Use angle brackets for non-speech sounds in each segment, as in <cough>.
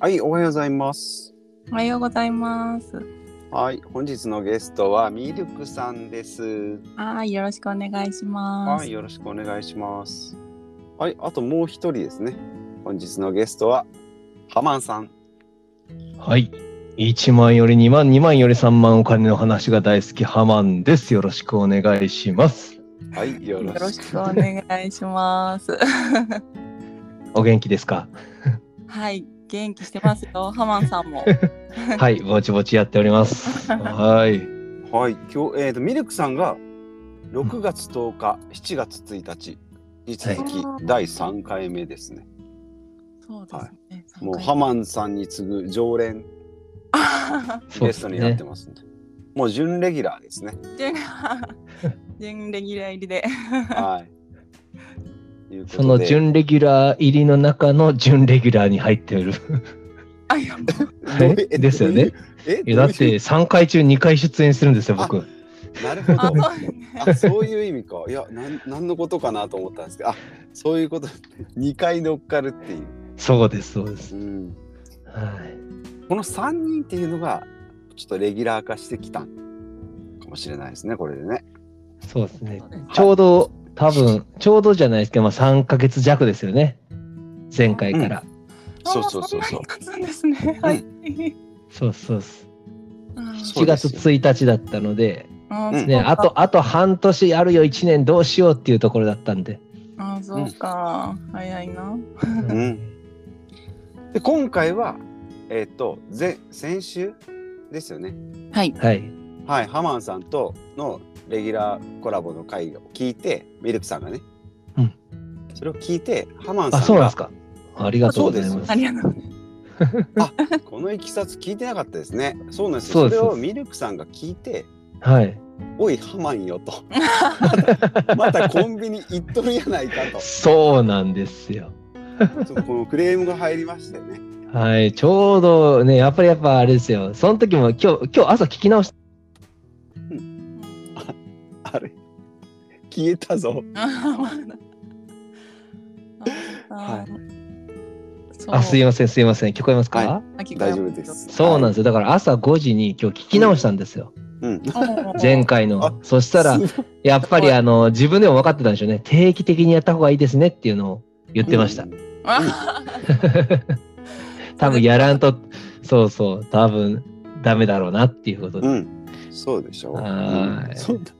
はい、おはようございます。おはようございます。はい、本日のゲストはミルクさんです。はい、よろしくお願いしはまい、す。よろしくお願いします。はい、あともう一人ですね。本日のゲストはハマンさん。はい。1万より2万、2万より3万お金の話が大好きハマンです。よろしくお願いします。はい、よよろろししく。くお願いします。 <laughs> お元気ですかはい、元気してます <laughs> よ。ハマンさんも。はい、ぼちぼちやっております。はい。はい、今日えっ、とミルクさんが6月10日、7月1日に続きは第3回目ですね。そうですね。もう参ハ加マンさんに次ぐ常連そうゲでストすになってね。ますんで。もう準レギュラーですね。 <laughs> 準準レギュラー入りで。はい。いうことでその準レギュラー入りの中の準レギュラーに <laughs> 入っている。 <laughs> あ、やっどういうえ <laughs> ですよね。え <laughs> えだっ、どういてう3回中2回出演してるんですよ、僕。なるほぱ。あ、ど。そうですね。あ、そういう意味か。いや、なん、なんのことかなと思ったんですけど、あ、そういうこと。二回乗っかるっていう。そうです、そうですう。ん。はい。この三人っていうのが、ちょっとレギュラー化してきた。かもしれないですね。これでね。そうですねそ。うですちょうど、多分、ちょうどじゃないですけど、まあ3ヶ月弱ですよね。前回から。そうそうそうそうあもんなに経つんですね。はい。そうそうそう。そ7うで月すよ1日だったので、あうんー <laughs> ね、あ。と、あと半年あるよ、1年どうしようっていうところだったんで。そうかあー、そうか。早いな。んで、今回は、えっ、と、ぜ、先週。ですよね。はい。はい。はい、ハマンさんとのレギュラーコラボの会を聞いて、ミルクさんがね。うんそれを聞いて、ハマンさんあ、が。そうなんですか。ありがとうございそうま。ですありがとうございます。このいきさつ聞いてなかったですね。そうなんですよ。そそうですれをそうミルクさんが聞いて、はい。おい、ハマン <laughs> よと。またコンビニ行っとるやないかと。そうなんですよ。ちょっとこのクレームが入りましてね。はい。ちょうどね、やっぱりやっぱあれですよ。その時も今日、今日朝聞き直しあれ消えた <laughs> ぞ。あーまだあーそた。あ、すいません、すいません。聞こえますか、はう秋大川丈夫です。そうなんんですよ。だから朝5時に今日聞き直したんですよ。うん。うん前回の。そしたら、すごいやっぱりあの、自分でも分かってたんでしょうね。定期的にやった方がいいですねっていうのを言ってました。あ <laughs> 多分やらんと、そうそう、多分ダメだろうなっていうことで。うん。そうでしょう。はーいうんそうだ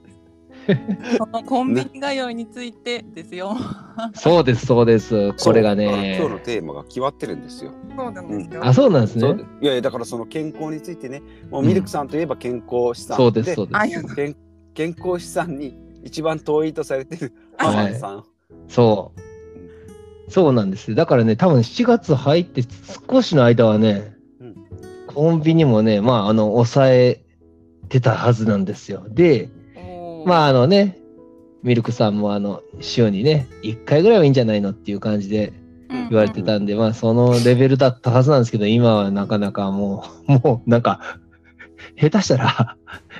そのコンビニ通いについてですよ。そうです、そうです。これがねそうだから今日の。テーマが決まってるんですよ。そうなんですよ。あ、そうなんですそうねで。いやいや、だからその健康についてね、もうミルクさんといえば健康資産そうです、そうであす。りがとう健健康資産に一番遠いとされてるはハいマンさん。そう。そうなんですよ。だからね、多分7月入って少しの間はねうん、コンビニもね、まあ、あの、抑えてたはずなんですよ。で、おーまあ、あのね、ミルクさんもあの、週にね、1回ぐらいはいいんじゃないのっていう感じでうん言われてたんで、まあそのレベルだったはずなんですけど、今はなかなかもう、 <laughs> もうなんか、下手したら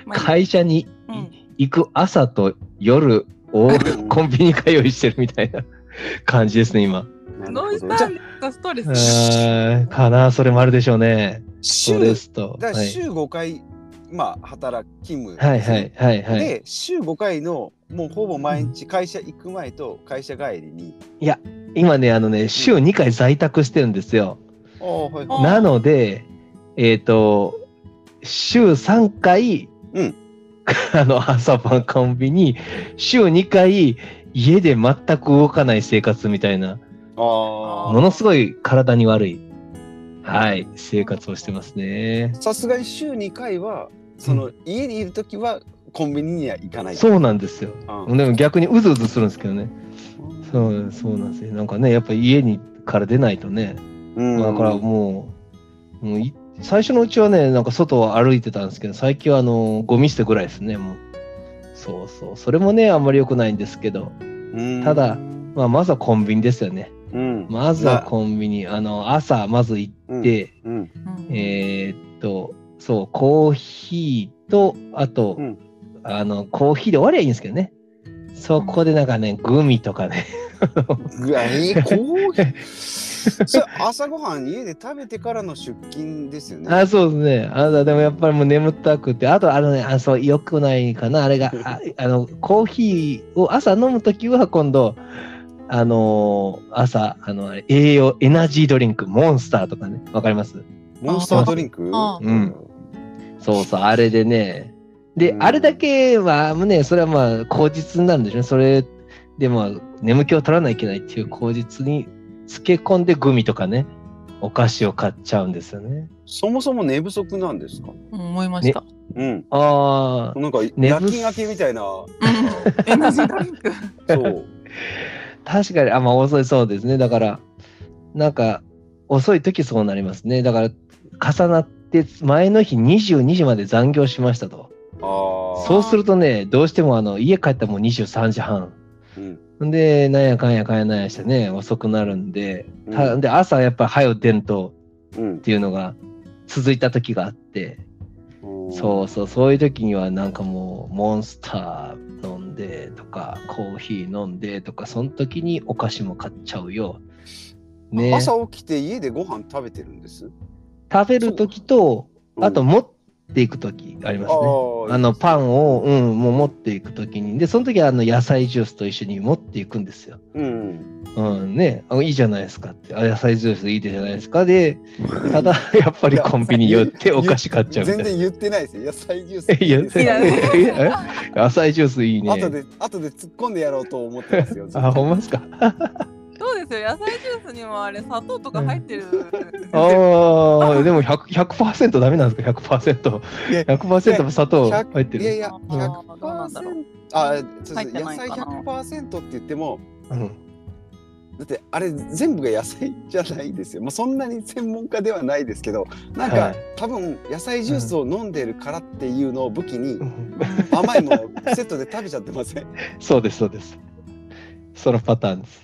まあ会社にうん行く朝と夜をんコンビニ通いしてるみたいな <laughs> 感じですね、今。どうしじたゃあんですかストレうス。ーんかな、それもあるでしょうね。週そうですと。はだから週い5回、まあ働き勤務はいですねはいはいはい。で週5回のもうほぼ毎日会社行く前と会社帰りに、今ね、あのね、週2回在宅してるんですよ。ああはいあーなので、えっ、と、週3回、うん <laughs> あの朝晩コンビニ、週2回、家で全く動かない生活みたいな、あものすごい体に悪い、はい、生活をしてますねー。さすがに週2回はその、家にいる時はコンビニには行かないそうなんですよ。あでも逆にうずうずするんですけどね。そうそうなんですよ。なんかね、やっぱ家にから出ないとね、うんだからもう、もうい最初のうちはね、なんか外を歩いてたんですけど、最近はあのゴミ捨てぐらいですね、もう。そうそう、それもね、あんまり良くないんですけど、うんただまあ、まずはコンビニですよね。うんまずはコンビニ、あの朝、まず行って、うんうんえーっと、そう、コーヒーと、あと、うんあのコーヒーで終わりゃいいんですけどね。そこでなんかね、グミとかね、うわ <laughs> えー、こうそれ朝ごはん家で食べてからの出勤ですよね。あそうですね。あなたでもやっぱりもう眠たくて、あとあのね、あそう、良くないかな、あれが、 <laughs> ああの、コーヒーを朝飲むときは今度、あのー朝、あの、あれ栄養、エナジードリンク、モンスターとかね、わかりますモンスタードリンクあーそうそう、あれでね。で、うんあれだけは、もうね、それはまあ、口実になるんでしょうね。それで、まあ、眠気を取らないといけないっていう口実につけ込んで、グミとかね、お菓子を買っちゃうんですよね。そもそも寝不足なんですかうん思いました。うん。ああ、なんか寝夜不足勤明けみたいな。そうんエナジードリンク。う。確かに、あ、まあ、遅いそうですね。だから、なんか、遅い時そうなりますね。だから、重なって、前の日22時まで残業しましたと。ああ。そうするとね、どうしてもあの家帰ったらもう23時半。うんんで、なんやかんやかんやなんやしてね、遅くなるんで、たうんで、朝やっぱり早う出んとうんっ。ていうのが続いた時があって、そうそう、そういう時にはなんかもう、モンスター飲んでとか、コーヒー飲んでとか、その時にお菓子も買っちゃうよ。ね、朝食起きて家でご飯食べてるんです。べる時と、うんあと持っていく時ありますね。あのパンを、うん、もう持っていくときに、で、その時はあの野菜ジュースと一緒に持っていくんですよ。あー。うん。うん、ね、あいいじゃないですかって、あ野菜ジュースいいじゃないですかで、ただ、やっぱりコン <laughs> ビニ寄ってお菓子買っちゃうみた全いな。然言ってないですよ。野菜ジュース <laughs> えいい野です菜いや <laughs> え野菜ジュースいい <laughs> 後ね。で後で突っ込んでやろうと思ってますよ。ずっとあ、ほんまですか。そうですよ。野菜ジュースにもあれ砂糖とか入ってる。ああ、でも 100%, 100ダメなんですか ?100%。いや100%も砂糖入っていやいる。や、あーどうなんだろう100%。あ、そうそう入って野ない菜かな100%って言っても、うんだってあれ全部が野菜じゃないですよ。まあそんなに専門家ではないですけど、なんか、はい多分野菜ジュースを飲んでるからっていうのを武器 <laughs> にう、ん甘いものをセットで食べちゃってませんそうです、そうです。そのパターンです。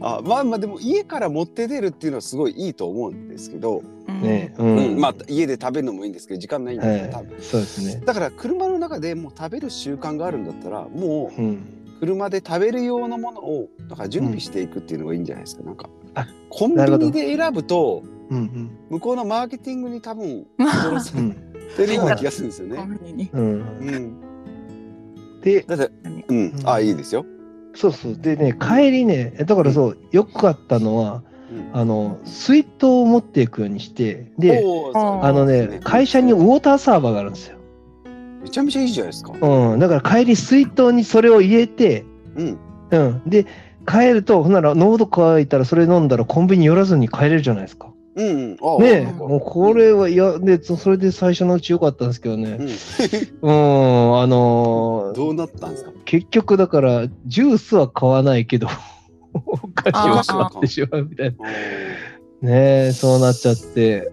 あまあまあでも家から持って出るっていうのはすごいいいと思うんですけど、うんね、ううんん。まあ家で食べるのもいいんですけど時間ないんだはから、い多分そうですね。だから車の中でもう食べる習慣があるんだったらもううん。車で食べる用のものをだから準備していくっていうのがいいんじゃないですか、なんかあコンビなるほニどで選ぶとうん向こうのマーケティングに多分驚さうん。れうんてるような気がするんですよコね。ンビニに。うんうん、で、だって、うん、あいいですよ。そうそう。でね、帰りね、だからそう、よかったのは、うんあの、水筒を持っていくようにして、で、おーそうあのね、会社にウォーターサーバーがあるんですよ。めちゃめちゃいいじゃないですか。うん。だから帰り水筒にそれを入れて、うん、うん。で、帰ると、ほんなら、喉乾いたらそれ飲んだらコンビニ寄らずに帰れるじゃないですか。うん、うん、あーねえ、なんかもうこれは、いや、で、そそれで最初のうち良かったんですけどね。ううん、あのん、ーどうなったんですか。結局だからジュースは買わないけどお菓子は買ってしまうみたいなねえそうなっちゃって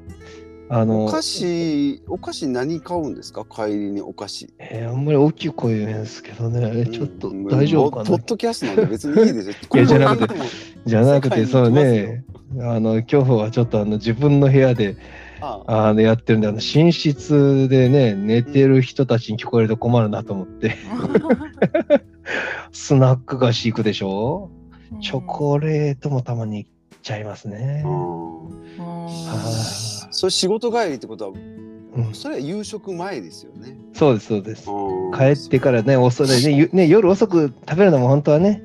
あおの菓子、お菓子何買うんですか、帰りにお菓子。えーあんまり大きい声言えんですけどねちょっとうん大丈夫もうかなポッドキャストなんで別にいいですよ。いやじゃなくてこんのことじゃなくて世界そうに行きますよねあの今日はちょっとあの自分の部屋であああのやってるんであの寝室でね寝てる人たちに聞こえると困るなと思って <laughs> スナック菓子行くでしょチョコレートもたまに行っちゃいますね。うんうん。はいそれ仕事帰りってことは、うんそれは夕食前ですよね。そうですそうです。帰っ帰てからね、遅いねゆね、夜遅く食べるのも本当はね、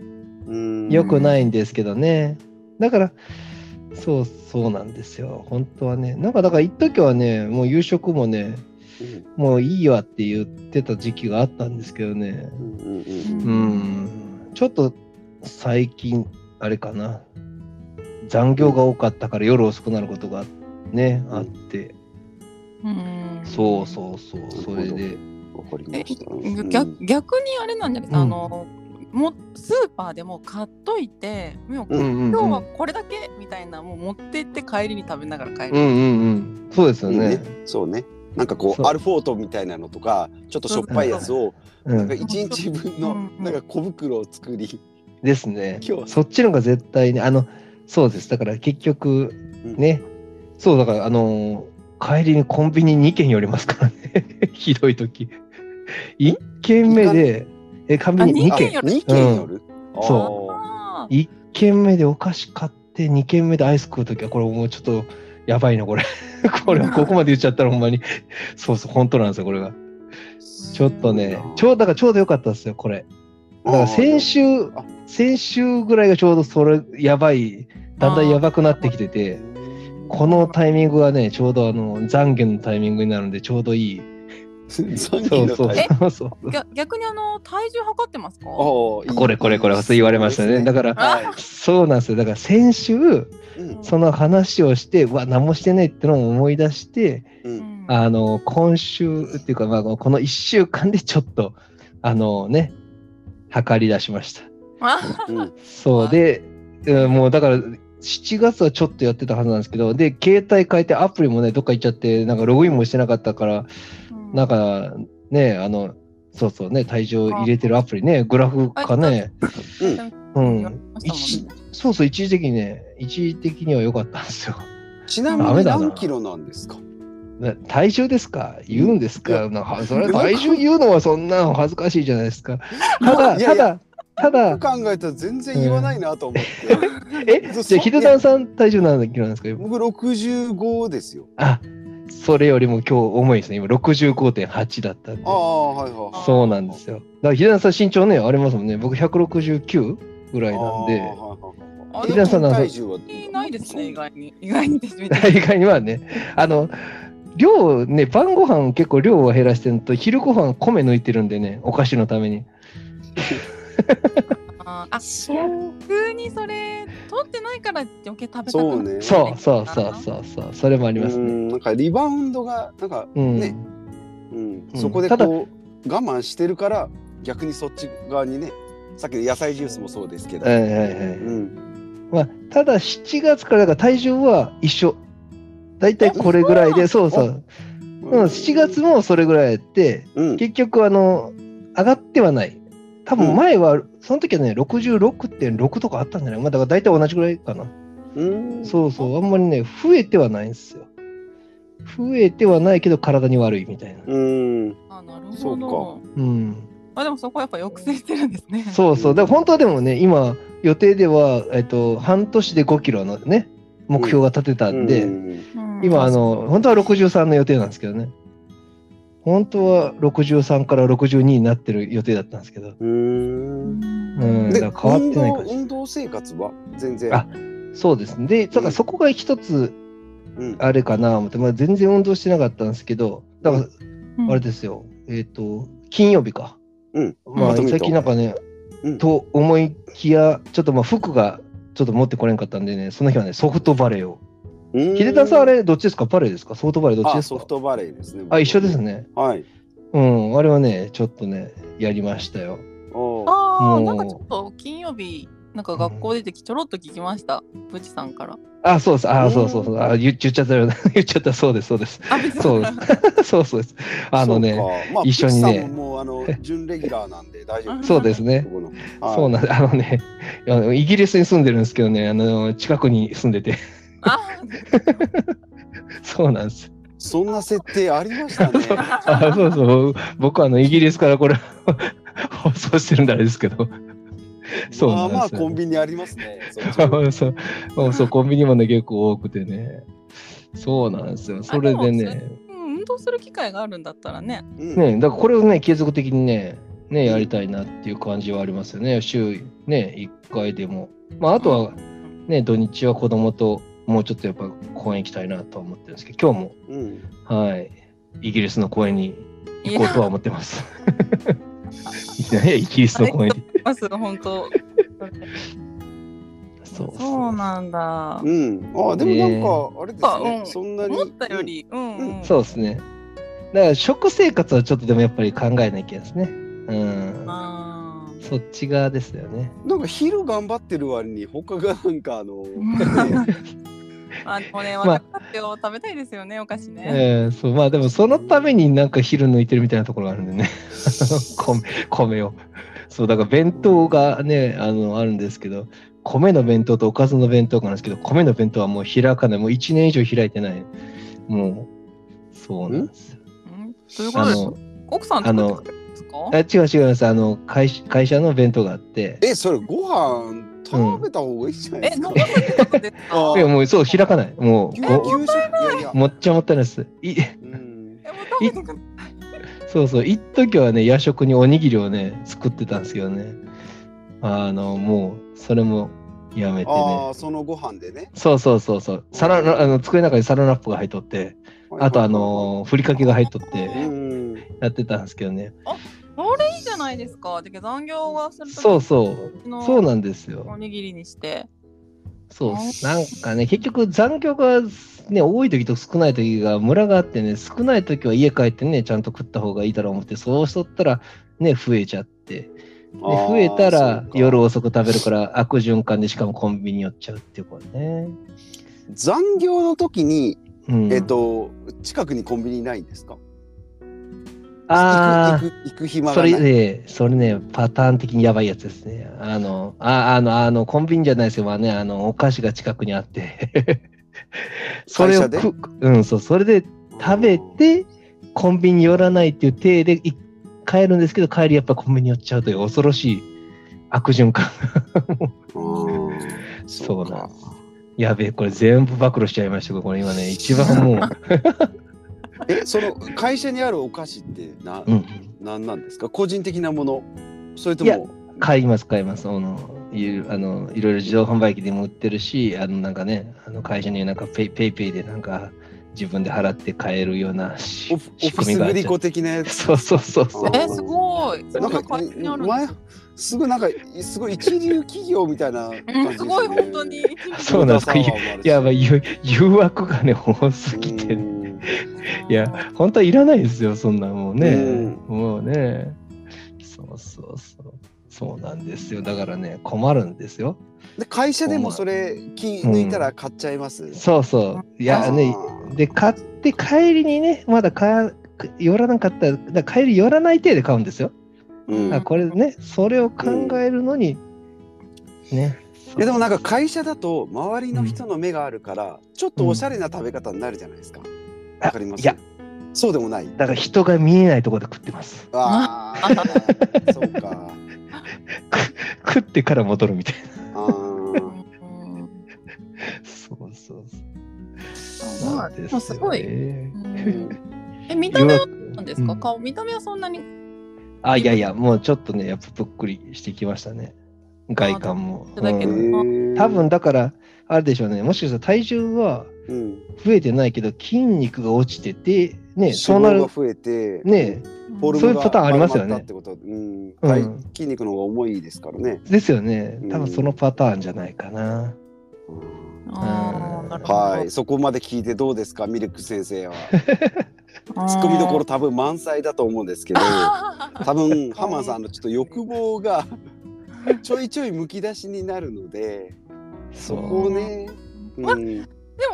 うん良くないんですけどね。だから、そうそうなんですよ。本当はね。なんかだから一時はね、もう夕食もね、うんもういいわって言ってた時期があったんですけどね。うんうんうんうん。ちょっと最近、あれかな。残業が多かったから夜遅くなることがね、あって。うんそうそうそう。それで。わかりまえした。逆逆にあれなんじゃないですか、うんあのもスーパーでもう買っといてもううんうんうん。今日はこれだけみたいなもう持ってって帰りに食べながら帰うる、んうんうん。そうですようんねね。そうね。なんかこうそうアルフォートみたいなのとかちょっとしょっぱいやつをうなんんか。一日分のうんなんか小袋を作りですね。今日そっちのが絶対に、あの、そうです。だから結局、ね、そう、だから、あのー帰りにコンビニ2軒寄りますからね。ひどい時。1軒目で、え、紙にあ2二軒軒。よる2軒よる、あーそあー1軒目でお菓子買って、2軒目でアイス食うときは、これもうちょっと、やばいな、これ。 <laughs> これ、ここまで言っちゃったらほんまに。そうそう、本当なんですよ、これが。ちょっとね、ちょうど、だからちょうどよかったですよ、これ。だから先週あ、先週ぐらいがちょうどそれ、やばい、だんだんやばくなってきてて、このタイミングはね、ちょうどあの、懺悔のタイミングになるんで、ちょうどいい。そうそうそうえそう <laughs> そう。逆逆にあの体重測ってますか？これこれこれ、そう言われましたね。だから、はいそうなんですよ。だから先週、 <laughs> うんその話をして、うわ、何もしてないってのを思い出して、ううんんあの、今週っていうか、まあ、この1週間でちょっと、あのね、測り出しました。あうんそはういで、うんもうだから、7月はちょっとやってたはずなんですけど、で、携帯変えてアプリもね、どっか行っちゃって、なんかログインもしてなかったから、うん <laughs> なんかね、あの、そうそうね、体重入れてるアプリね、グラフかね、う言われましん。たもんねそうそう、一時的にね、一時的には良かったんですよ。 <laughs> ちなみダメにだな何キロなんですかな体重ですか言うんですいか、やなはそれは体重言うのはそんなの恥ずかしいじゃないですか。ただ、いやいやただ、たよだく、考えたら全然言わないなと思って、 <laughs> え、そじゃあ、ヒルダンさん体重何キロなんですか今僕65ですよあ、それよりも今日重いですね。今65.8だったんで。ああはいはいはいそうなんですよ。だから、ヒルダンさん身長ね、ありますもんね。僕169ぐらいなんあーで、はいはいはいあひ平ださんなんか体重はないですね意外に意外にですみたいな。大概に <laughs> はね、あの、量をね、晩ご飯結構量を減らしてるのと、昼ご飯米抜いてるんでね、お菓子のために。あーあ逆にそれ取ってないから余計食べたくなるそうねそうそうそうそうそう、それもありますうね。んなんかリバウンドがなんか、うん、ねうんうんそこでただこう我慢してるから逆にそっち側にねさっきの野菜ジュースもそうですけど、はいはいはいうん、まあ、ただ7月からだから体重は一緒。大体これぐらいで、そうそう。うん、7月もそれぐらいやって、うん結局、あの、上がってはない。多分前は、その時はね、66.6とかあったんじゃないまあ、だから大体同じぐらいかな。うんそうそう、あんまりね、増えてはないんですよ。増えてはないけど、体に悪いみたいな。うんあなるほど。そうん。あでもそこはやっぱ抑制してるんですね。そうそう。だから本当はでもね、今、予定では、えっと、半年で5キロのね、目標が立てたんで、うんうん今、あの、本当は63の予定なんですけどね。本当は63から62になってる予定だったんですけど、うんうんでだから変わっ運てない動感じ運動生活は全然あそうですね。で、だからそこが一つうん、あれかなと思って、まあ、全然運動してなかったんですけど、だからうんあれですよ、えっ、と、金曜日か。うんままあ、とめた最近なんかね、うんと思いきや、ちょっとまあ服がちょっと持ってこれんかったんでね、その日はね、ソフトバレーを。うん秀田さん、あれ、どっちですかバレーですかソフトバレーどっちあですソかフトバレーですねあ一緒ですね。はいうん、あれはね、ちょっとね、やりましたよ。おーああ、もなうんかちょっと金曜日、なんか学校出てきちょろっと聞きました、ブチさんから。あ、そうです。あ、うんそうそうそう。あ言っ言っちゃったよ。 <laughs> 言っちゃった。そうです。そうです。 <laughs> あ、別そうです。そうそうです。あのね、そうかまあ、一緒にねプチさんももうあの準レギュラーなんで大丈夫 <laughs> うんそうですね。ここのそうなんで、あのね、あのイギリスに住んでるんですけどね、あの近くに住んでて、 <laughs> あそうなんです。そんな設定ありましたね。あそうそう、僕はあのイギリスからこれ <laughs> 放送してるんであれですけど、 <laughs> そう <laughs> まなあんですよまあコンビニありますね。そっちもそうそうそう、コンビニもね、結構多くてね、そうなんですよ。それであでね、うん運動する機会があるんだったらね。うんね、だからこれをね、継続的にね、ね、やりたいなっていう感じはありますよね、週ね、1回でも。まあ、あとはうんね、土日は子供ともうちょっとやっぱ公園行きたいなとは思ってるんですけど、今日も。うんはい。イギリスの公園に行こうとは思っ <laughs> てます。いやいや、イギリスの公園に。ます、本当。そうそう <laughs> そうなんだ。うん、ああでもなんかあれですね、うんそんなに思ったよ、り、うん、うん。そうですね。だから食生活はちょっとでもやっぱり考えなきゃいけないですね。うん。あ <laughs> ーそっち側ですよね。うんなんか昼頑張ってる割に他がなんかあ <laughs> の、あでもね、ま分あかってよ、食べたいですよね、お菓子ね。 <laughs> えーそうまあでもそのためになんか昼抜いてるみたいなところがあるんでね <laughs> 米米をそうだから弁当がねあのあるんですけど米の弁当とおかずの弁当があるんですけど米の弁当はもう開かないもう1年以上開いてないもうそうなんですようん、というこあとで、の奥さんあの作ってくれるんですですかあ違う違いますあの会社会社の弁当があってえ、それご飯食べた方がいいじゃないでえ、すか。残すってことですかあいやもうそう開かないもぎうゅおぎゅうしょいやいやもっちゃもったいないですいうんえ、もう食べてくそうそう一時はね夜食におにぎりをね作ってたんですけどねあのもうそれもやめてねああ、そのご飯でね。そうそうそうそう皿あの机の中にサランラップが入っとってあとあのふりかけが入っとってうん、やってたんですけどねそれいいじゃないですか。だけど残業がするとそうそううちのそうなんですよおにぎりにして。そうなんかね結局残業がね多い時と少ない時がムラがあってね少ない時は家帰ってねちゃんと食った方がいいだろう思ってそうしとったらね増えちゃってであー増えたそらうか夜遅く食べるから悪循環でしかもコンビニ寄っちゃうっていうことね。残業の時に、うん、えっ、と、近くにコンビニないんですか。あ行く行く行くあ暇そがなれい。ねそれねパターン的にやばいやつですね。あのああのあのコンビニじゃないですよまあねあのお菓子が近くにあって <laughs> それを会社でくうんそうそれで食べてコンビニ寄らないっていう体でい帰るんですけど帰りやっぱコンビニ寄っちゃうという恐ろしい悪循環 <laughs> うん。そうかなんでやべえこれ全部暴露しちゃいましたけどこれ今ね一番もう、え、その会社にあるお菓子ってな、うん、なんなんですか。個人的なもの。それといやも。買います買いますあのいあのいろいろ自動販売機でも売ってるしあのなんかねあの会社になんかペイペイペイでなんか自分で払って買えるようなしオフオ仕フィ組みスがあっグちリゃうコ的なや <laughs> つ。そうそうそうそうあーえ、すごい。そなんれがか会社にあるん前ですすごいなんかすごい一流企業みたいな感じでね。うね <laughs> ん、すごい本当に。そうなんですか黒田さはあるしやばい誘誘惑がね多すぎてねうんいや本当はいらないですよそんなもうね、うんもうねそうそうそうそうなんですよだからね困るんですよで会社でもそれ気抜いたら買っちゃいます、そうそういやねあーで買って帰りにねまだか寄らなかったらだから帰り寄らない程で買うんですよ、うん、あこれねそれを考えるのに、ねいやでもなんか会社だと周りの人の目があるからちょっとおしゃれな食べ方になるじゃないですかあわかりますいやそうでもないだから人が見えないところで食ってます <laughs> ああそうか食ってから戻るみたいあーうんな <laughs> そうそうそうまなあんでですよ、ね、もすごい。うんえ、見た目は弱なんですうかん顔、見た目はそんなに。あいやいやもうちょっとねやっぱぷっくりしてきましたね外観も、あだけどうんへー多分だからあれでしょうねもしかしたら体重はうん増えてないけど筋肉が落ちててね脂そう肪ながる増えてねフォルムそういうがパターンありますよ丸ねまったってことうんうん体筋肉の方が重いですからね。ですよねうん多分そのパターンじゃないかな、うんあーなるほどはい、そこまで聞いてどうですか、ミルク先生は。ツッコミどころ。多分満載だと思うんですけど、あー多分ハマさんのちょっと欲望 <laughs> がちょいちょいむき出しになるので、そそこをね、うん、 <laughs> で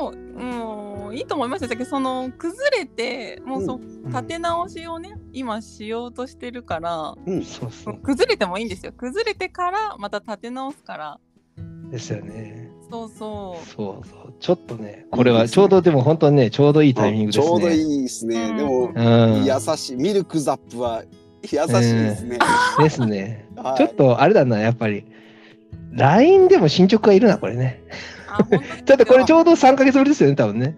も、うん、いいと思いますよ。だけど、その崩れて、もうそ、立て直しをね、今しようとしてるから。うんそうそう崩れてもいいんですよ崩れてからまた立て直すからですよねそうそそうそうちょっとねこれはちょうどでも本当にねちょうどいいタイミングですちねょうどい、いいですね。うんでも、うん、優しいミルクザップは優しいですね。ですねはいちょっとあれだなやっぱり LINE でも進捗がいるなこれねう <laughs> あ本当ですよだってこれちょうど3ヶ月ぶりですよね多分ね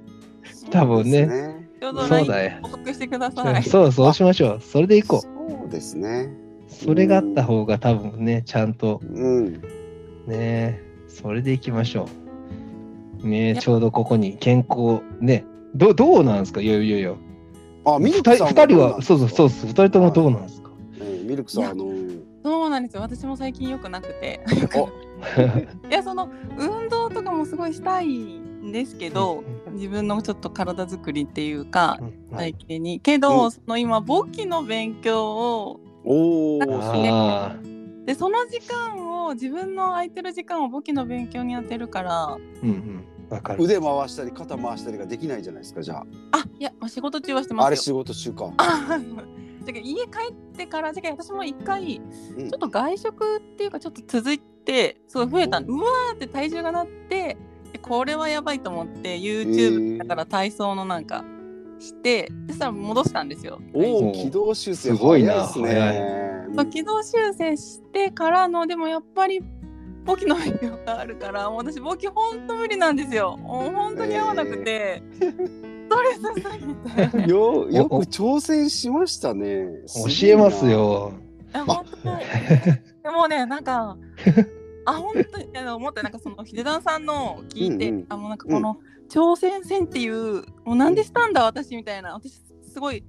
多分ねそうですね。ちょうどそう LINE だよ報告してくださいそうそうしましょうそれでいこうそうですね。それがあった方が多分ねちゃんとうん。ねえ、それでいきましょう。ねえ、ちょうどここに健康、ね、どどうなんですかいやいやいや。あ、ミルクさん二人は、どそううなそんうですかそうそう、二人ともどうなんですか、うんミルクさん、あのー、そうなんですよ私も最近良くなくて <laughs> けいやその運動とかもすごいしたいんですけど自分のちょっと体作りっていうか体型にけど、うんその今簿記の勉強をおお、そうああ、でその時間を自分の空いてる時間を簿記の勉強に当てるからうんうん、わかる。腕回したり肩回したりができないじゃないですかじゃあいやまあ仕事中はしてああまれすよ仕事中か、あだけど家帰ってからだけど私も一回うんちょっと外食っていうかちょっと続いてすごい増えたうわーって体重がなってでこれはやばいと思って YouTube だから体操のなんかしてそしたら戻したんですよ。おおお、軌道修正すごい早なですね。まあ、軌道修正してからのでもやっぱり簿記の勉強があるからもう私簿記ほんと無理なんですよもう本当に合わなくて、ストレスすぎてよよく挑戦しましたね。教えますよ。あ本当にでもねなんかあ本当にあの思ったなんかそのヒデダンさんのを聞いて、うんうんあもうなんかこの挑戦戦っていう、もうなんでしたんだ私みたいな私すごい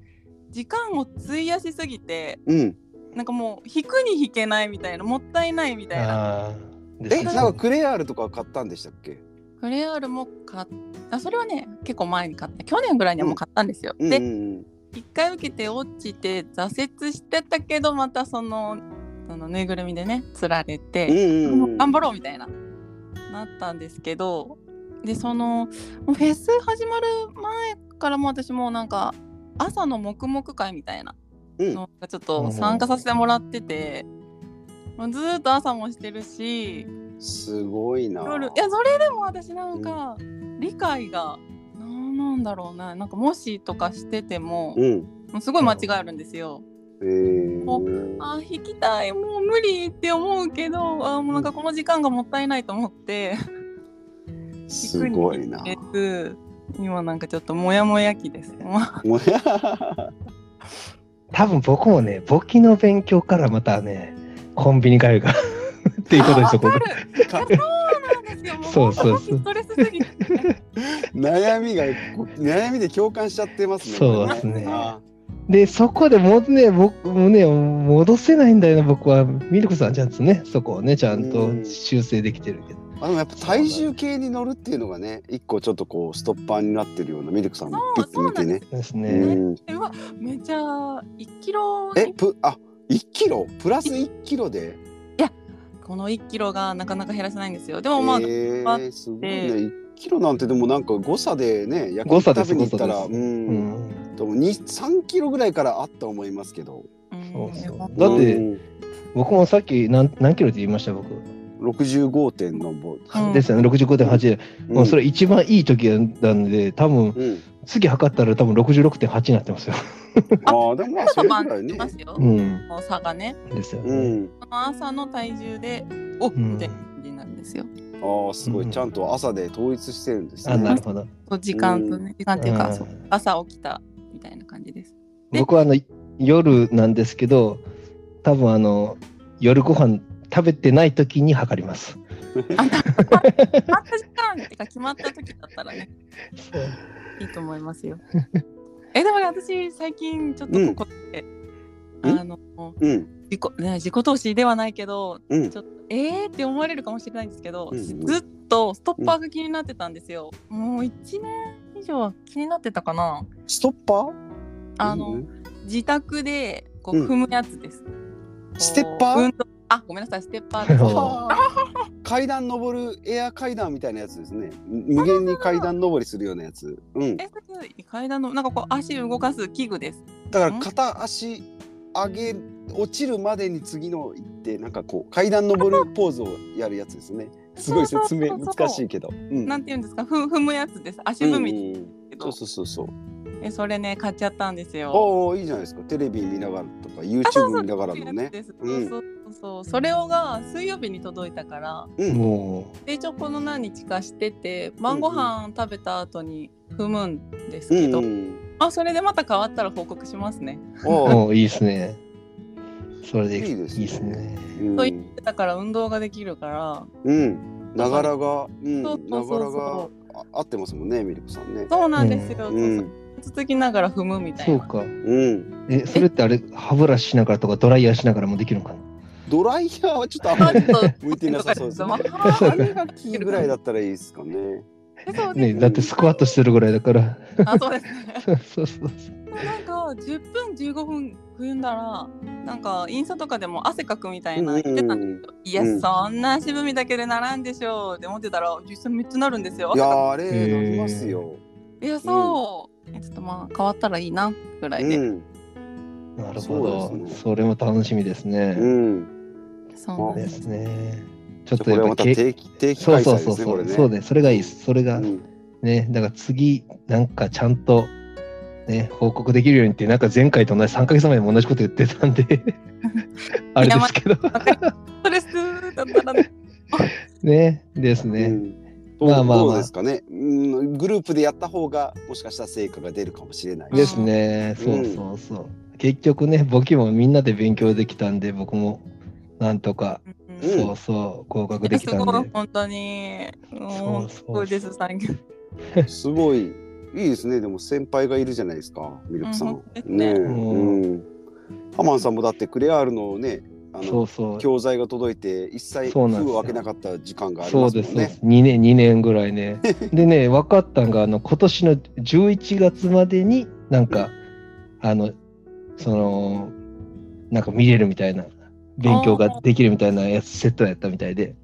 時間を費やしすぎてすごいな。うん。なんかもう引くに引けないみたいなもったいないみたいなあーですえ、ねなんかクレアールとか買ったんでしたっけ？クレアールも買ったそれはね結構前に買って去年ぐらいにはもう買ったんですよ、うんうんでうん。一回受けて落ちて挫折してたけどまたそのそのぬいぐるみでねつられうんて、うんもう。うん頑張ろうみたいななったんですけどでそのもうフェス始まる前からもう私もうなんか朝の黙々会みたいなうんのがちょっと参加させてもらってて、もうずーっと朝もしてるしすごいな。夜いやそれでも私なんか理解が何なんだろうななんかもしとかしててもうん。もうすごい間違いあるんですよ。えーおあー引きたいもう無理って思うけどあーもうなんかこの時間がもったいないと思ってすごいな。引くに引けず今なんかちょっとモヤモヤ期です。もうもう多分僕もね、簿記の勉強からまたね、コンビニ通うから <laughs> っていうことですよ、こわこかるいやそうなんですよもうそうそうそう本当にストレスすぎて <laughs> 悩みがこ悩みで共感しちゃってますね。そうですねあで、そこでもうね、僕もね、戻せないんだよな、僕は。ミルクさん、ちゃんとね、そこをね、ちゃんうとん修正できてるけど。あでもやっぱ体重計に乗るっていうのがね、一個ちょっとこうストッパーになってるようなミルクさんもプッて見てね。ですうね。ん。うわめちゃ1キロえ、ぷあ、一キロプラス一キロで。この1キロがなかなか減らせないんですよでもまあ、えー頑張すごいね。1キロなんてでもなんか誤差でね、焼誤差肉食ですべに行ったら、誤差うでん、うんでも2、3キロぐらいからあった思いますけど。うんそうそうでもだってうん、僕もさっき何何キロって言いました、僕。 65点のぼ、うんですよね、65.8で、うんもうそれ一番いい時なんで、多分うん。次測ったら多分66.8になっ <laughs> てますよ。ああ、でもまあそ朝れぐら晩い出ね。ますよ、うん。この差がねですようね。ん。その朝の体重でおっ、んみたいな感じになるんですよああ、すごうい。んちゃんと朝で統一してるんですね。あ、なるほど。そう時間とね時間っていうか、うんそう朝起きたみたいな感じです <laughs> で僕はあの夜なんですけど、多分あの夜ご飯食べてない時に測ります。あな決まった時間ってか決まった時だったらねいいと思いますよえでもね私最近ちょっとここで、うんあのうん。自己ね自己投資ではないけどうんち。ょっとえーって思われるかもしれないんですけど、うん私ずっとストッパーが気になってたんですよ、もう1年以上は気になってたかなストッパーあの、うん自宅でこううん踏むやつです。ステッパー運動あごめんなさいステッパー <laughs> ですそあー階段登るエア階段みたいなやつですね。無限に階段登りするようなやつ。うん。えそれ階段のなんかこう足動かす器具です。だからん片足上げ落ちるまでに次の行ってなんかこう階段登るポーズをやるやつですね。すごい説明そうそうそうそう難しいけど。うんなんていうんですか踏踏むやつです足踏みうんうんうんけど、そうそうそうそう。えそれね買っちゃったんですよ。おおいいじゃないですか。テレビ見ながらとかあそうそ YouTube う見ながらのね。ですそううんそうそうそれをが水曜日に届いたからう。うんもで一応この何日かしてて晩ご飯食べた後に踏むんですけど、うん。あそれでまた変わったら報告しますね。う、おお。もういいですね。それでいいいいでですすねね。うんそう言ってたから運動ができるからうん。ながらが、うん。なそうそうがそうらがそあ合ってますもんね、ミルクさんね。そうなんですう。よ。そうそうん続きながら踏むみたいそうな。か。うん。え、それってあれ、歯ブラシしながらとかドライヤーしながらもできるのかなドライヤーはちょっとあんまありちょっと向いてなさそう <laughs> ですね。そあれがキーぐらいだったらいいですかね。そうでねす。だってスクワットしてるぐらいだから。 <laughs> あ、そうですね。そうそうそう。なんか10分15分踏んだらなんかインスタとかでも汗かくみたいな言ってたんですよ。いや、うんそんな足踏みだけでならんでしょうって思ってたら実際めっちゃなるんですよ。い汗やかーあれなりますよ。くいやそう、えちょっとまあ変わったらいいなぐらいで。うん。なるほど。そそうですねれも楽しみですね。うん。そうなんんで。ですすね。ちょっじゃあことれやはっまぱたけ定期定期そう開そう催そでうすねそこれう、ね。そうです。それがいいです。それが、うんね、だから次、なんかちゃんと、ね、報告できるようにって、なんか前回と同じ、3ヶ月前も同じこと言ってた <laughs> んで、あれですけど、ストレスだったらねね、ですうね。んまあまあまあどうですかね、うん、グループでやった方がもしかしたら成果が出るかもしれないですね、そうそうそう。結局ね、簿記もみんなで勉強できたんで、僕もなんとか、うんうんそうそう、合格できすたんごいで。本当にうんそうそうすごいです産業すごいいいですねでも先輩がいるじゃないですかミルクさうんん本当で。すねねえうんうん、ハマンさんもだってクレアールのねあそのうそう。教材が届いて一切封そうなんですよを開けなかった時間がありそまうすもでんすね。ね。2年、2年ぐら <laughs> いね。でね、分かったんが、あの、今年の11月までに、なんか、あの、その、なんか見れるみたいな、勉強ができるみたいなやつ、セットやったみたいで、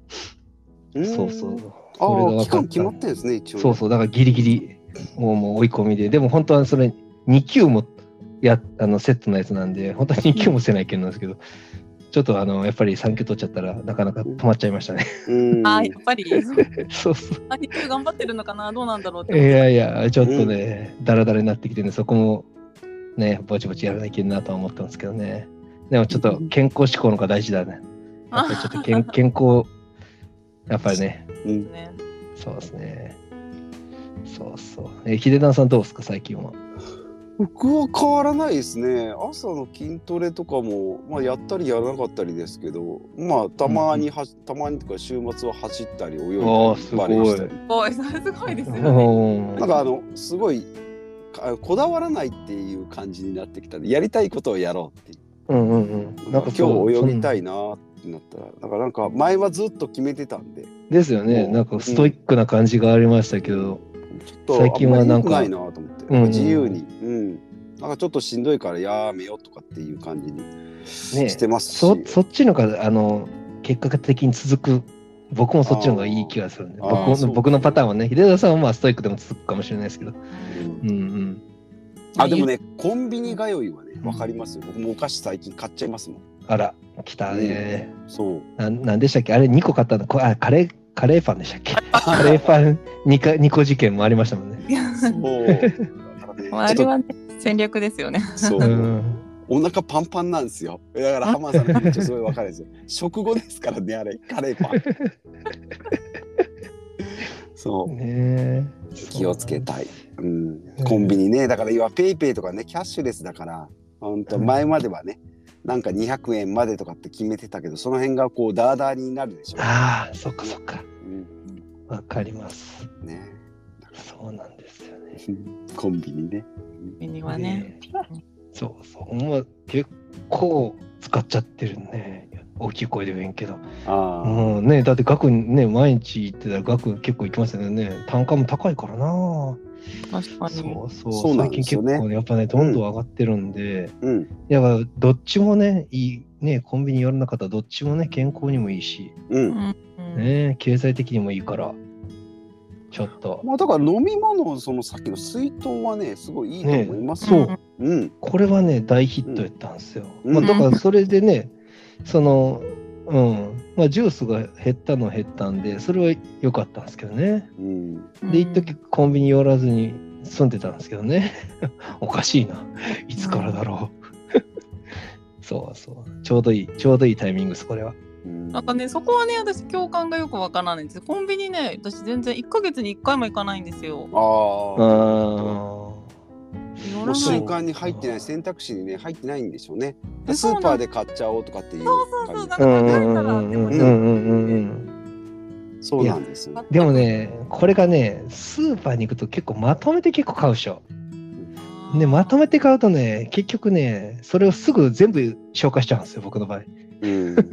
んそうそう。それがああ分期かっ間た決まってんですね一応。そうそう、だからギリギリ、もうもう追い込みで、でも本当はそれ、2級もやあのセットのやつなんで、本当は2級もせないけんなんですけど、ちょっとあの、やっぱり3級取っちゃったら、なかなか止まっちゃいましたね。 <laughs> うんあやっぱりそうそう。アニ頑張ってるのかなどうなんだろうっいてやいや、ちょっとね、だらだらになってきてね、そこもね、ぼちぼちやらなきゃなとは思ってますけどね。でもちょっと健康志向の方が大事だね。やっぱりちょっ <laughs> と健健康、やっぱりね、うんねそうですね。そうそう。え、ヒデダンさんどうですか、最近は。僕は変わらないですね朝の筋トレとかも、まあ、やったりやらなかったりですけどまあたまには、たまにとか週末は走ったり泳いだりおーすごバいレーしたりすごい <laughs> それすごいですよねうんなんかあのすごいあこだわらないっていう感じになってきたんでやりたいことをやろうっていううんうんうん。なんか今日泳ぎたい。いなーってなったらだからなんか前はずっと決めてたんでですよね。なんかストイックな感じがありましたけど。ちょっと最近はなんかあんまり良くないなと思って、うんうん自由に、うん、なんかちょっとしんどいからやめようとかっていう感じにしてますし、そそっちのが、あの、結果的に続く。僕もそっちの方がいい気がするんで。あーあー僕そうの僕のパターンはね、秀田さんはまあストイックでも続くかもしれないですけど。うんうんうん。あでもねコンビニ通いはねわかりますよ僕もお菓子最近買っちゃいますもんあら、来たね。そうなんなんでしたっけあれ2個買ったのこあ、カレー、カレーパン <laughs> でしたっけカレーパン 2, か2個事件もありましたもんね。。いやそうだからねまああれちょっはね戦略ですよねとそううんお腹パンパンなんですよ。だから浜田さんの気持ちすごいわかるんですよ。食後ですからね、あれ、カレーパン。 <laughs> そねえう、気をつけたい。うんうん、コンビニね、だから今、ペイペイとかね、キャッシュレスだから、本当前まではね、なんか200円までとかって決めてたけど、その辺がこう、ダーダーになるでしょ。ああ、そっかそっか。うん、わかります。ね、そうなんですよね。コンビニね。ミニはねえそうそう。もう結構使っちゃってるね。大きい声でも言えんけど。ああ、もうね、だって額ね、毎日行ってたら額結構行きますよね。単価も高いからな。確かにそうそう。そうなん最で近すよ結ね構ね、やっぱね、どんどん上がってるんで、うん、やっぱどっちもね、いい、ね、コンビニ寄らなかったらどっちもね、健康にもいいし、う。うんんね、経済的にもいいから、ちょっと。まあ、だから飲み物、そのさっきの水筒はね、すごいいいと思いますそよ。う。うん、これはね大ヒットやったんですよ、うんまあ、うんだからそれでねそのうんまあジュースが減ったの減ったんでそれは良かったんですけどねうん。で一時コンビニ寄らずに住んでたんですけどねおかしいないつからだろうそうそうちょうどいいちょうどいいタイミングですこれはうんなんかねそこはね私共感がよくわからないんですコンビニね私全然1ヶ月に1回も行かないんですよあああ。寄ーらもうな習い慣に入ってない選択肢にね入ってないんでしょうね。でスそうなーんパーで買っちゃおうとかっていうそうそうそう感だうからんう慣れたんうらんでうもんうんうんうんじそうなんですよ。でもねこれがねスーパーに行くと結構まとめて結構買うでしょね、まとめて買うとね、結局ね、それをすぐ全部消化しちゃうんですよ、僕の場合。うん。そ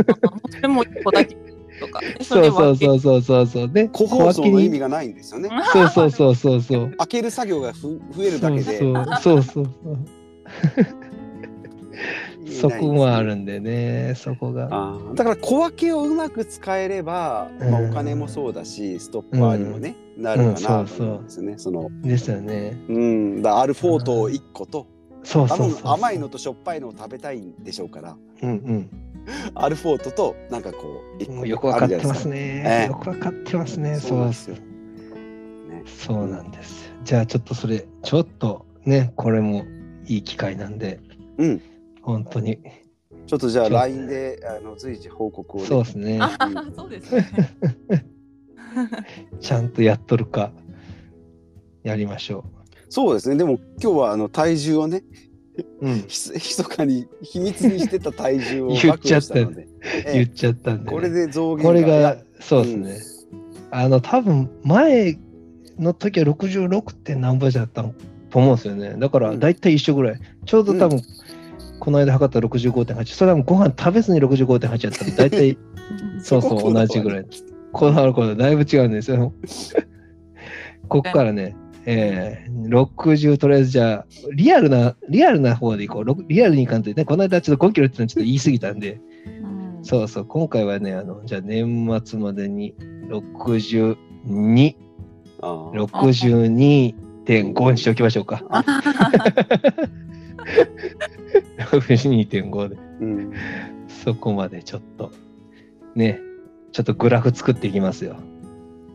れも1個だけと <laughs> かねそうそうれそうそうそうそう。で、個包装の意味がないんですよね。分けそうそうそうそうそう。開ける作業がふ増えるだけで。そうそうそうそ意味なういんですそねこもあ。るんでね、そこが。あーだから小分けをうまく使えれば、まあ、お金もそうだしストッパーにもね、なるかなと思うんですよね。そのですよね。うんだからアルフォートを1個とそう多そう分そう。甘いの。としょっぱいのを食べたいんでしょうからうんアルフォートとなんかこうう一ん。も個うよくわかっあるてじゃなまいですかね。ええよくわかってますね。そうなそんうですよ。ね、そうなんです。じゃあちょっとそれ、ちょっとね、これもいい機会なんで、うん、本当に、ちょっとじゃあちょっと LINE であの随時報告をね、そうですね、あーそうですね。ちゃんとやっとるか、やりましょそうですねでも今日はあの体重をねう。うん、ひそ密かに秘密にしてた体重を <laughs> 言っちゃ暴露ったしたので、え言っえちゃったんでね、これで増減これいがや、そうですね。あの、多分前の時は66点何倍だったのと思うんですよね。だから、うんだいたい一緒ぐらい。ちょうど多分、この間測った65.8。それはもうご飯食べずに65.8やったんで、だいたい <laughs> そうそこそこう、だわ同じぐらい。こだわることはだいぶ違うんで <laughs> すよ。ここからね、えー、60とりあえずじゃあ、リアルな、リアルな方でいこう。ろくリアルにいかんとね、この間ちょっと5キロってのはちょっと言い過ぎたんで、うん <laughs> そうそう、今回はね、あの、じゃあ年末までに62、あー62.5にしておきましょうか。62.5で、うん、そこまでちょっと、ね、ちょっとグラフ作っていきますよ。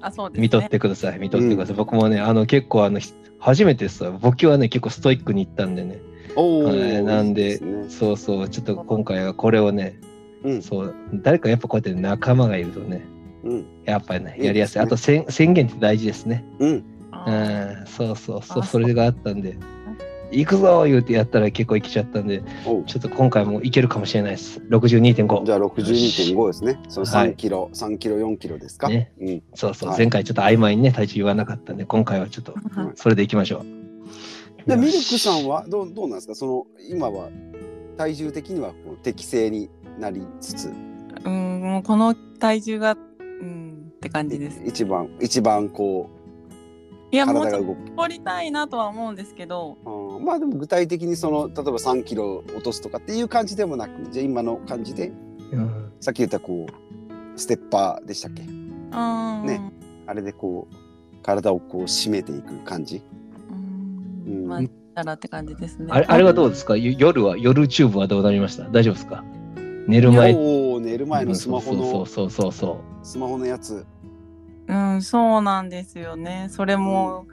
あ、そうですね。見とってください、見とってください。僕もね、あの、結構、あの、ひ初めてですわ。僕はね、結構ストイックに行ったんでね。おお、はいなんでいいすねそうそう、ちょっと今回はこれをね、うんそう、誰かやっぱこうやって仲間がいるとね、うんやっぱりね、いいですねやりやすい。あとせん、宣言って大事ですね。うんあうー。ん、そうそうそあう、それがあったんで、行くぞ言うてやったら結構行きちゃったんで、おうちょっと今回もいけるかもしれないです。62.5。じゃあ62.5ですねそのはい3キロ、3キロ4キロですか、ねうん、そうそう、はい前回ちょっと曖昧にね、体重言わなかったんで、今回はちょっと、それで行きましょう。でミルクさんはどうどうなんですかその今は体重的にはこう適正になりつつうん、もうこの体重が、うん、って感じです。一番一番こいうや、もう体がちょっ動くと取りたいなとは思うんですけど、うんまあでも具体的にその例えば3キロ落とすとかっていう感じでもなくじゃあ今の感じでうんさっき言ったこうステッパーでしたっけうん。ねあれでこう体をこう締めていく感じうん。まあ、たらって感じですね。あれあれはどうですかゆ夜は、夜チューブはどうなりました大丈夫ですか寝る前。おお寝る前のスマホそうのそうそうそスマホのやつうん、そうなんですよね。それも、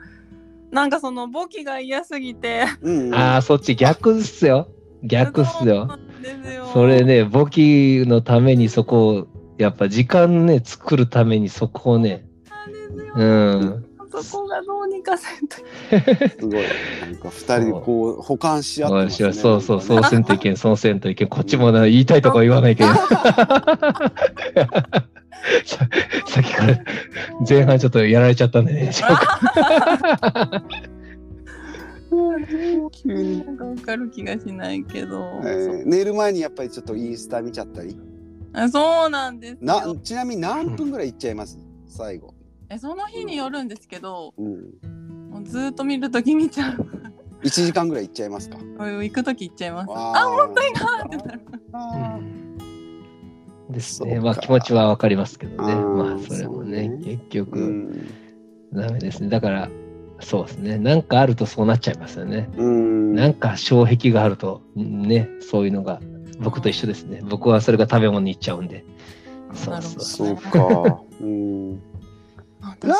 なんかその簿記が嫌すぎて。うん、うう。ん、ああ、そっち逆っすよ。逆っすそうよな。んですよそれ。ね、簿記のためにそこを、やっぱ時間ね、作るためにそこをね、そうなんですようん。そこがどうにかせんと。すごいなんか二人こう補完し合って面ますね白い。そうそう、そうせんといけん、そうせんといけん。こっちもな言いたいとこは言わないけど。さ <laughs> さっきから前半ちょっとやられちゃったんでね。急に、なんかわかる気がしないけど。えー寝る前にやっぱりちょっとインスタ見ちゃったりあそうなんですよなちなみに何分ぐらいいっちゃいます最後、えその日によるんですけど、うん、もうずっと見るとき見ちゃう。 <laughs> 1時間ぐらいいっちゃいますかうん行くとき行っちゃいます。ああもったいーってなるあですね。そうまあか気持ちはわかりますけどね。あーまあそれそう、もねね結ー局。うんダメですね。だから、そうですね。なんかあるとそうなっちゃいますよね。うんなんか障壁があると、うんね、そういうのが、僕と一緒ですね。僕はそれが食べ物に行っちゃうんで。そうそうそそうか、うん、ラ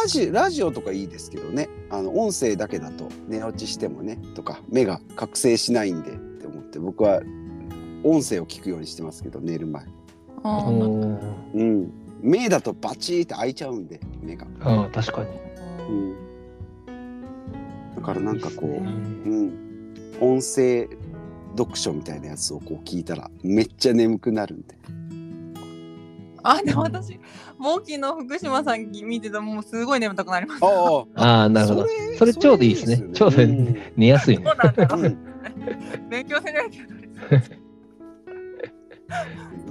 ジラジオとかいいですけどねあの音声だけだと寝落ちしてもねとか目が覚醒しないんでって思って僕は音声を聞くようにしてますけど寝る前、あう。ーうんうん、目だとバチーって開いちゃうんで目が、うん、確かに。うん、だからなんかこういいっすうねん、音声読書みたいなやつをこう聞いたらめっちゃ眠くなるんであでも私ボキの福島さん見てたらもうすごい眠たくなります。ああああ、なるほど。それちょうどいいですねちょうどいいん寝やすいそねう。なんだろううん勉強せないけど。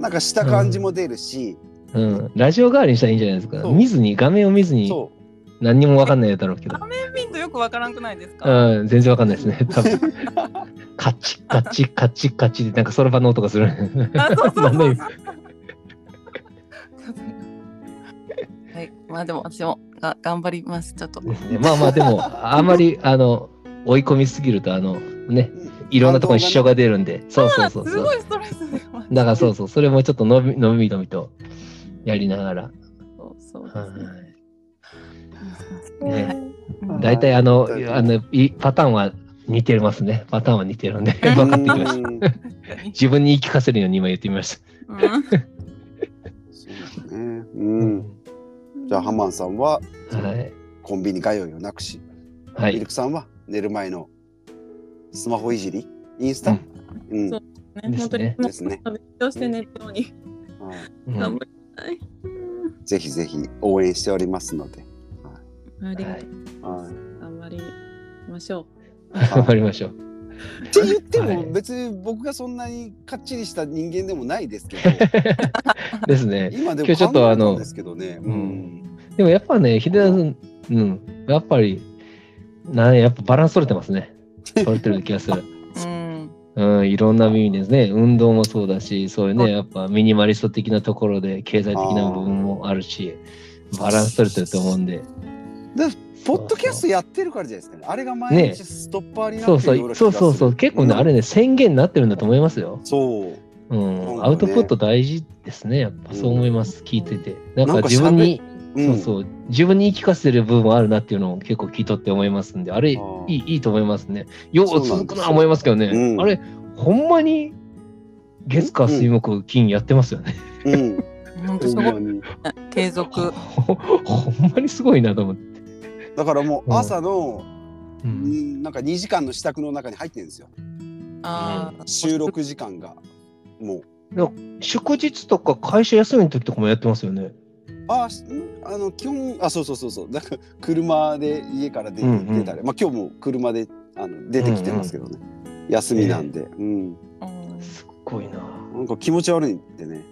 <laughs> なんかした感じも出るし、うん。ラジオ代わりにしたらいいんじゃないですか。そう見ずに、画面を見ずに、そ何にもわかんないだろうけど画。面見るとよくわからんくないですか。うん、全然わかんないですね。<laughs> 多分カチカチカチカチで、なんかそろばんの音がする。あそうそうなんだそうよそう。はいまあでも私もが頑張りますちょっと。ですね。まあまあでも、あんまりあの追い込みすぎると、あのねう、、うんいろんなところに支障が出るんで、そうそうそうすそう。ごいストレスでます。だからそうそう、それもちょっと伸び伸び伸びとやりながら。そうそうですはね。いねはい大体あのはいあのいパターンは似てますね。パターンは似てるんで、分かってきました。うん自分に言い聞かせるように今言ってみましうそうだね。うた。ん。じゃあハマンさんははい。コンビニ通いをなくし、はミいル。クさんは寝る前のスマホいじり、インスタ、ううんん、うんそうでね、本当に、すねもうですね勉強して寝るようにはいうん頑張りたい。うんぜひぜひ応援しておりますので、ありがはと。いうは頑張りましょう。頑張りましょう。い。って言ってはいも別に僕がそんなにかっちりした人間でもないですけ <laughs> ど、ですね。今で今も日ちょっとあの考えたんですけどね、うん、でもやっぱね、秀田さん、うん、やっぱり、なんやっぱバランス取れてますね。取れてる気がする。うん。うん、いろんな意味ですね。運動もそうだし、そういうね、やっぱミニマリスト的なところで、経済的な部分もあるし、バランス取れてると思うんで。だポッドキャストやってるからじゃないですかね。あれが毎日ストッパーになってそるうそような気がう、すそるうそうそう、結構ね、あれね、宣言になってるんだと思いますよ。そう。うん、ねアウトプット大事ですね、やっぱそう思います、聞いてて。なんか自分に、うんそうそう、自分に言い聞かせてる部分あるなっていうのを結構聞いとって思いますんで、あれ、いあーいいいと思いますね。よそうなんうですよ続くな思いますけどね、うんあれ、ほんまに月火水木金やってますよね。 <laughs> うん。本当ほすんごまいに継続。ほほんまにすごいなと思って。だからもう朝の、ううんん、なんか2時間の支度の中に入ってるんですよ。ああ。収録時間が。もう。祝日とか会社休みの時とかもやってますよね。あしんあの基本あそうそうそうそうだから車で家から出てうんうん出たり、まあ今日も車であの出てきてますけどね、休みなんで、うんうんすっごいな。なんか気持ち悪いんでね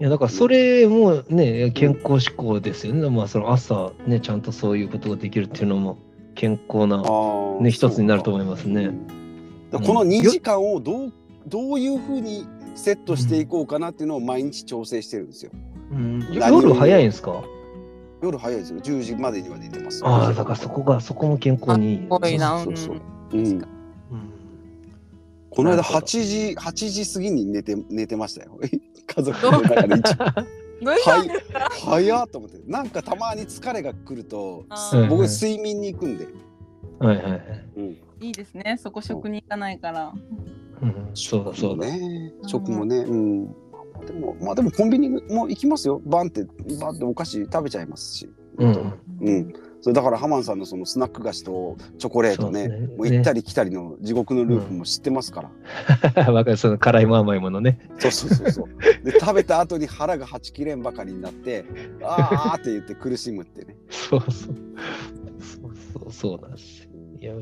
いやだからそれもね健康志向ですよね、まあ、その朝ねちゃんとそういうことができるっていうのも健康なあ、ーね、そう一かつになると思いますうね。んだからこのうん2時間をどうどういうふうにセットしていこうかなっていうのを毎日調整してるんですようん、何より夜早いんですか夜早いですよ10時までには出てますああだからそこがそこも健康にいい。あすごいなそうそうそううんうんうんこの間なるほど8時8時過ぎに寝て寝てましたよ家族の <laughs> 中で一番どうしたんですか。早っと思ってなんかたまに疲れが来るとあうんー僕睡眠に行くんで、はいはいはい。いいですね。そこ職人がないから。うん、そうだそうだ。ね食もねうんでもまあでもコンビニも行きますよバンってバンってお菓子食べちゃいますしうん、うんそれだからハマンさんのそのスナック菓子とチョコレートねそうですねもう行ったり来たりの地獄のループも知ってますから、 <laughs> わかる、その辛いも甘いものね。そうそうそうそうで食べた後に腹がはちきれんばかりになってあーって言って苦しむってねそうそう。そうそう、そうなんですよ。いや、わ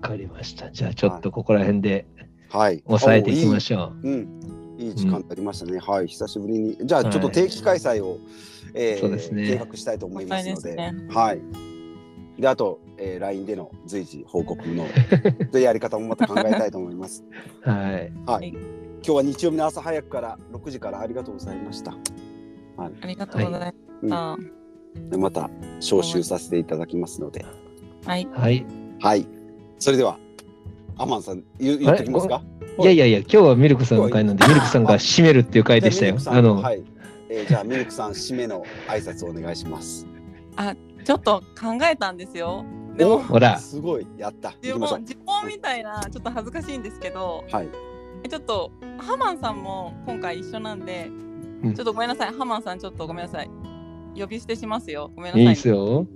かりました。じゃあちょっとここら辺ではい抑えていきましょう。うん、いい時間になりましたね。はい、久しぶりに。じゃあ、ちょっと定期開催を、えーそうですね計画したいと思いますのそうで、ですはい。で、あと、えー、LINE での随時報告 <laughs> のでやり方もまた考えたいと思います。はい。今日は日曜日の朝早くから6時からありがとうございました。ありがとうございました。はでまた招集させていただきますので、い。はい、はい。はい。それでは、アマンさん、言う言ってきますかいやいやいや、今日はミルクさんの回なんで、ミルクさんが締めるっていう回でしたよ。じゃああミルクさんの、はい。えーじゃあ、ミルクさん、締めの挨拶をお願いし <laughs> ます。ちょっと考えたんですよ。でもほらすごい、やった。行自きましょ分う。自分みたいなちょっと恥ずかしいんですけど、はい。ちょっとハマンさんも今回一緒なんで、うんちょっとごめんなさい。ハマンさんちょっとごめんなさい。呼び捨てしますよ。ごめんなさいいいね、ですよ。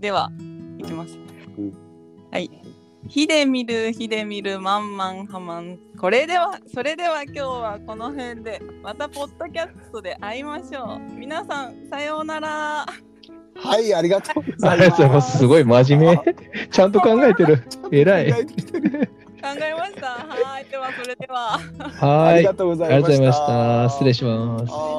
では、いきます。うんはい。ひでみるひでみるまんまんはまん。これでは、それでは今日はこの辺で、またポッドキャストで会いましょう。皆さん、さようなら。はい、ありがとうござあいりがまとうござい <laughs> ます。すごい真面目。ちゃんと考えてる。偉い。す。考えました。はーい。では、それでは。はあーりい。がとうござありいがまとうございまし。したた。失礼します。はーい